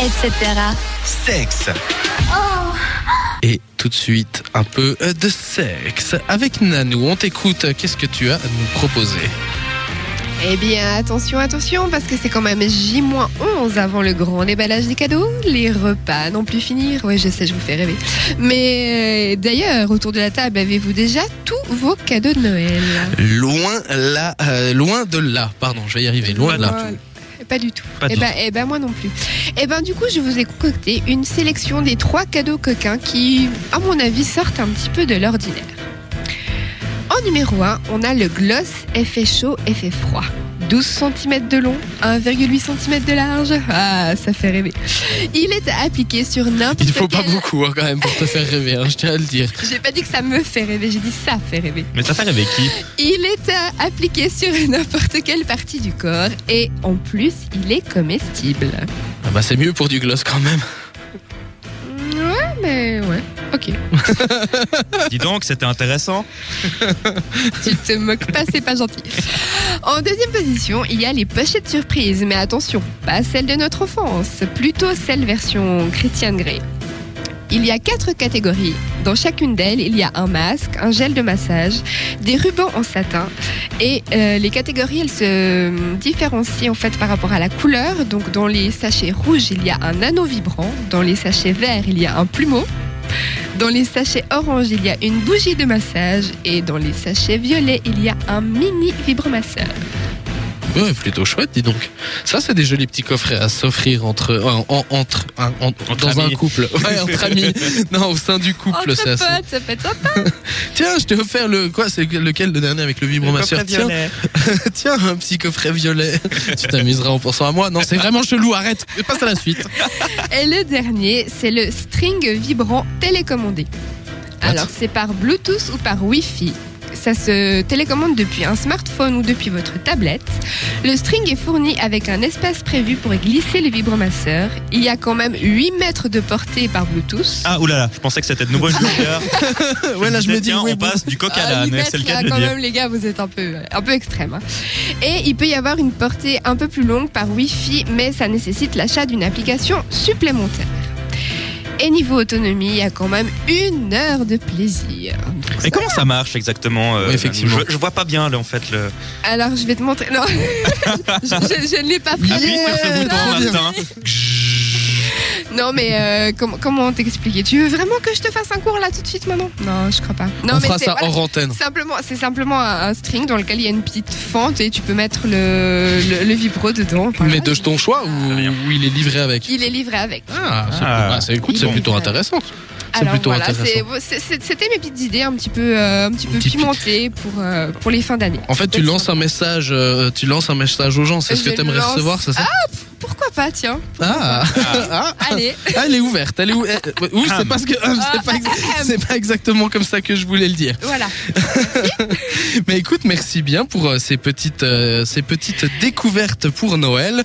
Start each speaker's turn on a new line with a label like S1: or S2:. S1: etc.
S2: Sexe. Et tout de suite, un peu euh, de sexe. Avec Nanou, on t'écoute. Qu'est-ce que tu as à nous proposer
S3: Eh bien, attention, attention, parce que c'est quand même J-11 avant le grand déballage des cadeaux. Les repas non plus finir. Oui, je sais, je vous fais rêver. Mais euh, d'ailleurs, autour de la table, avez-vous déjà tous vos cadeaux de Noël
S2: Loin là, euh, loin de là. Pardon, je vais y arriver. Loin de là.
S3: Pas du tout.
S4: Pas
S3: eh
S4: du
S3: ben, eh ben, moi non plus. Eh ben, du coup, je vous ai concocté une sélection des trois cadeaux coquins qui, à mon avis, sortent un petit peu de l'ordinaire. En numéro 1, on a le gloss effet chaud, effet froid. 12 cm de long, 1,8 cm de large. Ah, ça fait rêver. Il est appliqué sur n'importe
S2: Il ne faut pas
S3: quel-
S2: beaucoup hein, quand même pour te faire rêver. hein, je tiens à le dire.
S3: J'ai pas dit que ça me fait rêver, j'ai dit ça fait rêver.
S4: Mais ça fait avec qui
S3: Il est euh, appliqué sur n'importe quelle partie du corps et en plus, il est comestible.
S2: Ah bah, c'est mieux pour du gloss quand même.
S3: Ouais, mais ouais. Ok.
S4: Dis donc, c'était intéressant.
S3: Tu te moques pas, c'est pas gentil. En deuxième position, il y a les pochettes surprises. Mais attention, pas celles de notre enfance, plutôt celles version Christian Grey. Il y a quatre catégories. Dans chacune d'elles, il y a un masque, un gel de massage, des rubans en satin. Et euh, les catégories, elles se euh, différencient en fait par rapport à la couleur. Donc dans les sachets rouges, il y a un anneau vibrant. Dans les sachets verts, il y a un plumeau. Dans les sachets orange, il y a une bougie de massage. Et dans les sachets violets, il y a un mini vibromasseur.
S2: Ouais, plutôt chouette, dis donc. Ça, c'est des jolis petits coffrets à s'offrir entre, euh, en- en- entre, un- en- dans
S4: amis.
S2: un couple. Ouais, entre amis. Non, au sein du couple,
S3: Entre
S2: c'est assez.
S3: potes, ça peut être sympa.
S2: Tiens, je t'ai offert le quoi C'est lequel le dernier avec le vibromasseur Tiens, tiens, un petit coffret violet. tu t'amuseras en pensant à moi. Non, c'est vraiment chelou. Arrête. Et Passe à la suite.
S3: Et le dernier, c'est le string vibrant télécommandé.
S2: What
S3: Alors, c'est par Bluetooth ou par Wi-Fi. Ça se télécommande depuis un smartphone ou depuis votre tablette. Le string est fourni avec un espace prévu pour y glisser le vibromasseur. Il y a quand même 8 mètres de portée par Bluetooth.
S4: Ah, oulala, je pensais que c'était de nouveau une longueur.
S2: ouais, là, je me dis.
S4: tiens,
S2: oui,
S4: on
S2: bon.
S4: passe du coq à
S3: Ah,
S4: l'âne,
S3: huit
S4: c'est le
S3: mètres,
S4: cas
S3: là,
S4: de le
S3: quand
S4: dire.
S3: même, les gars, vous êtes un peu, un peu extrême. hein. Et il peut y avoir une portée un peu plus longue par Wi-Fi, mais ça nécessite l'achat d'une application supplémentaire. Et niveau autonomie, il y a quand même une heure de plaisir.
S4: Mais comment ça marche exactement euh,
S2: Ouais, effectivement.
S4: Je, je vois pas bien, là, en fait, le.
S3: Alors, je vais te montrer. Non, je, je- je ne l'ai pas pris.
S2: Yeah,
S4: Appuie sur ce bouton
S2: trop bien.
S4: matin.
S3: Non, mais euh, com- comment t'expliquer Tu veux vraiment que je te fasse un cours là tout de suite, maman Non, je crois pas.
S2: on
S3: Non, mais
S2: fera
S3: c'est-
S2: ça
S3: voilà.
S2: hors antenne.
S3: Simplement, c'est simplement un un string dans lequel il y a une petite fente et tu peux mettre le, le, le vibro dedans. voilà.
S2: Mais de ton choix ou, ou il est livré avec
S3: Il est livré avec.
S2: Ah, c'est-
S4: Ah.
S2: bah, c'est- écoute, c'est
S3: Bon.
S2: plutôt intéressant. C'est
S3: Alors
S2: plutôt
S3: voilà, c'est-
S2: intéressant.
S3: c'est- c'est- c'était mes petites idées un petit peu, euh, un petit peu
S2: Typique.
S3: pimentées pour, euh, pour les fins d'année.
S2: En fait, tu lances un message, euh, tu lances un message aux gens. C'est ce que
S3: Je
S2: t'aimerais
S3: lance-
S2: recevoir, c'est ça
S3: Pourquoi pas, tiens
S2: Ah, ah.
S3: Allez
S2: Ah, elle est ouverte. Elle est ou... eh, euh, oui, c'est parce que euh, c'est pas, ex-
S3: Ah,
S2: c'est pas exactement comme ça que je voulais le dire.
S3: Voilà.
S2: Mais écoute, merci bien pour euh, ces petites, euh, ces petites découvertes pour Noël.